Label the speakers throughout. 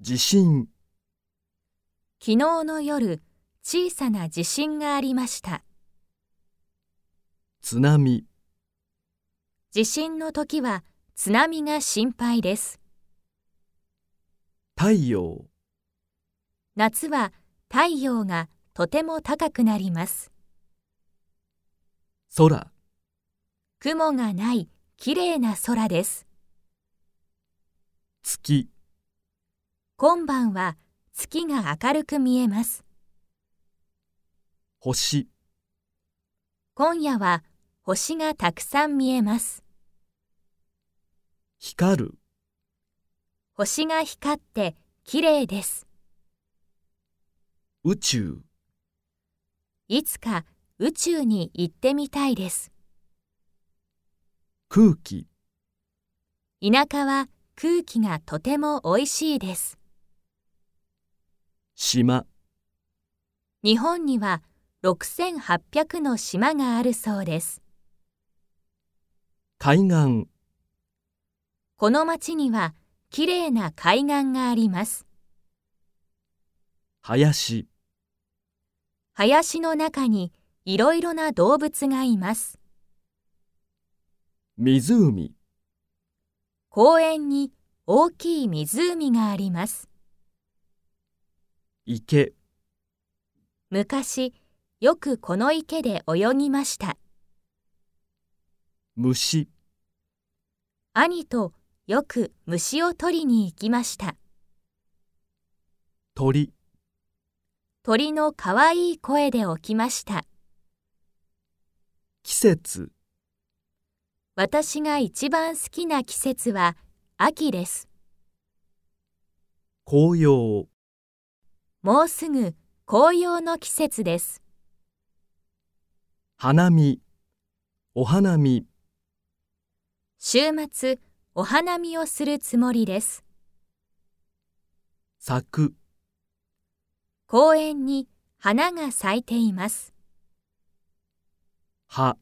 Speaker 1: 地震、
Speaker 2: 昨日の夜、小さな地震がありました。
Speaker 1: 津波、
Speaker 2: 地震の時は津波が心配です。
Speaker 1: 太陽、
Speaker 2: 夏は太陽がとても高くなります。
Speaker 1: 空、
Speaker 2: 雲がないきれいな空です。
Speaker 1: 月、
Speaker 2: 今晩は月が明るく見えます。
Speaker 1: 星、
Speaker 2: 今夜は星がたくさん見えます。
Speaker 1: 光る、
Speaker 2: 星が光ってきれいです。
Speaker 1: 宇宙、
Speaker 2: いつか宇宙に行ってみたいです。
Speaker 1: 空気、
Speaker 2: 田舎は空気がとても美味しいです。
Speaker 1: 島、
Speaker 2: 日本には6800の島があるそうです。
Speaker 1: 海岸、
Speaker 2: この町にはきれいな海岸があります。
Speaker 1: 林、
Speaker 2: 林の中にいろいろな動物がいます。
Speaker 1: 湖、
Speaker 2: 公園に大きい湖があります。
Speaker 1: 池、
Speaker 2: 昔、よくこの池で泳ぎました。
Speaker 1: 虫、
Speaker 2: 兄とよく虫を取りに行きました。
Speaker 1: 鳥、
Speaker 2: 鳥のかわいい声で起きました。
Speaker 1: 季節、
Speaker 2: 私が一番好きな季節は秋です。
Speaker 1: 紅葉、
Speaker 2: もうすぐ紅葉の季節です。
Speaker 1: 花見、お花見、
Speaker 2: 週末、お花見をするつもりです。
Speaker 1: 咲く、
Speaker 2: 公園に花が咲いています。
Speaker 1: 葉、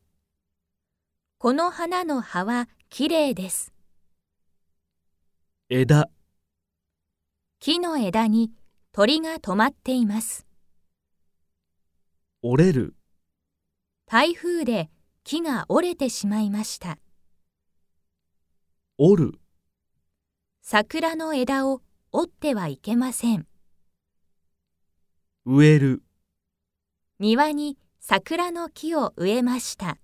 Speaker 2: この花の葉はきれいです。
Speaker 1: 枝、
Speaker 2: 木の枝に鳥が止まっています。
Speaker 1: 折れる、
Speaker 2: 台風で木が折れてしまいました。
Speaker 1: 折る、
Speaker 2: 桜の枝を折ってはいけません。
Speaker 1: 植える。
Speaker 2: 庭に桜の木を植えました。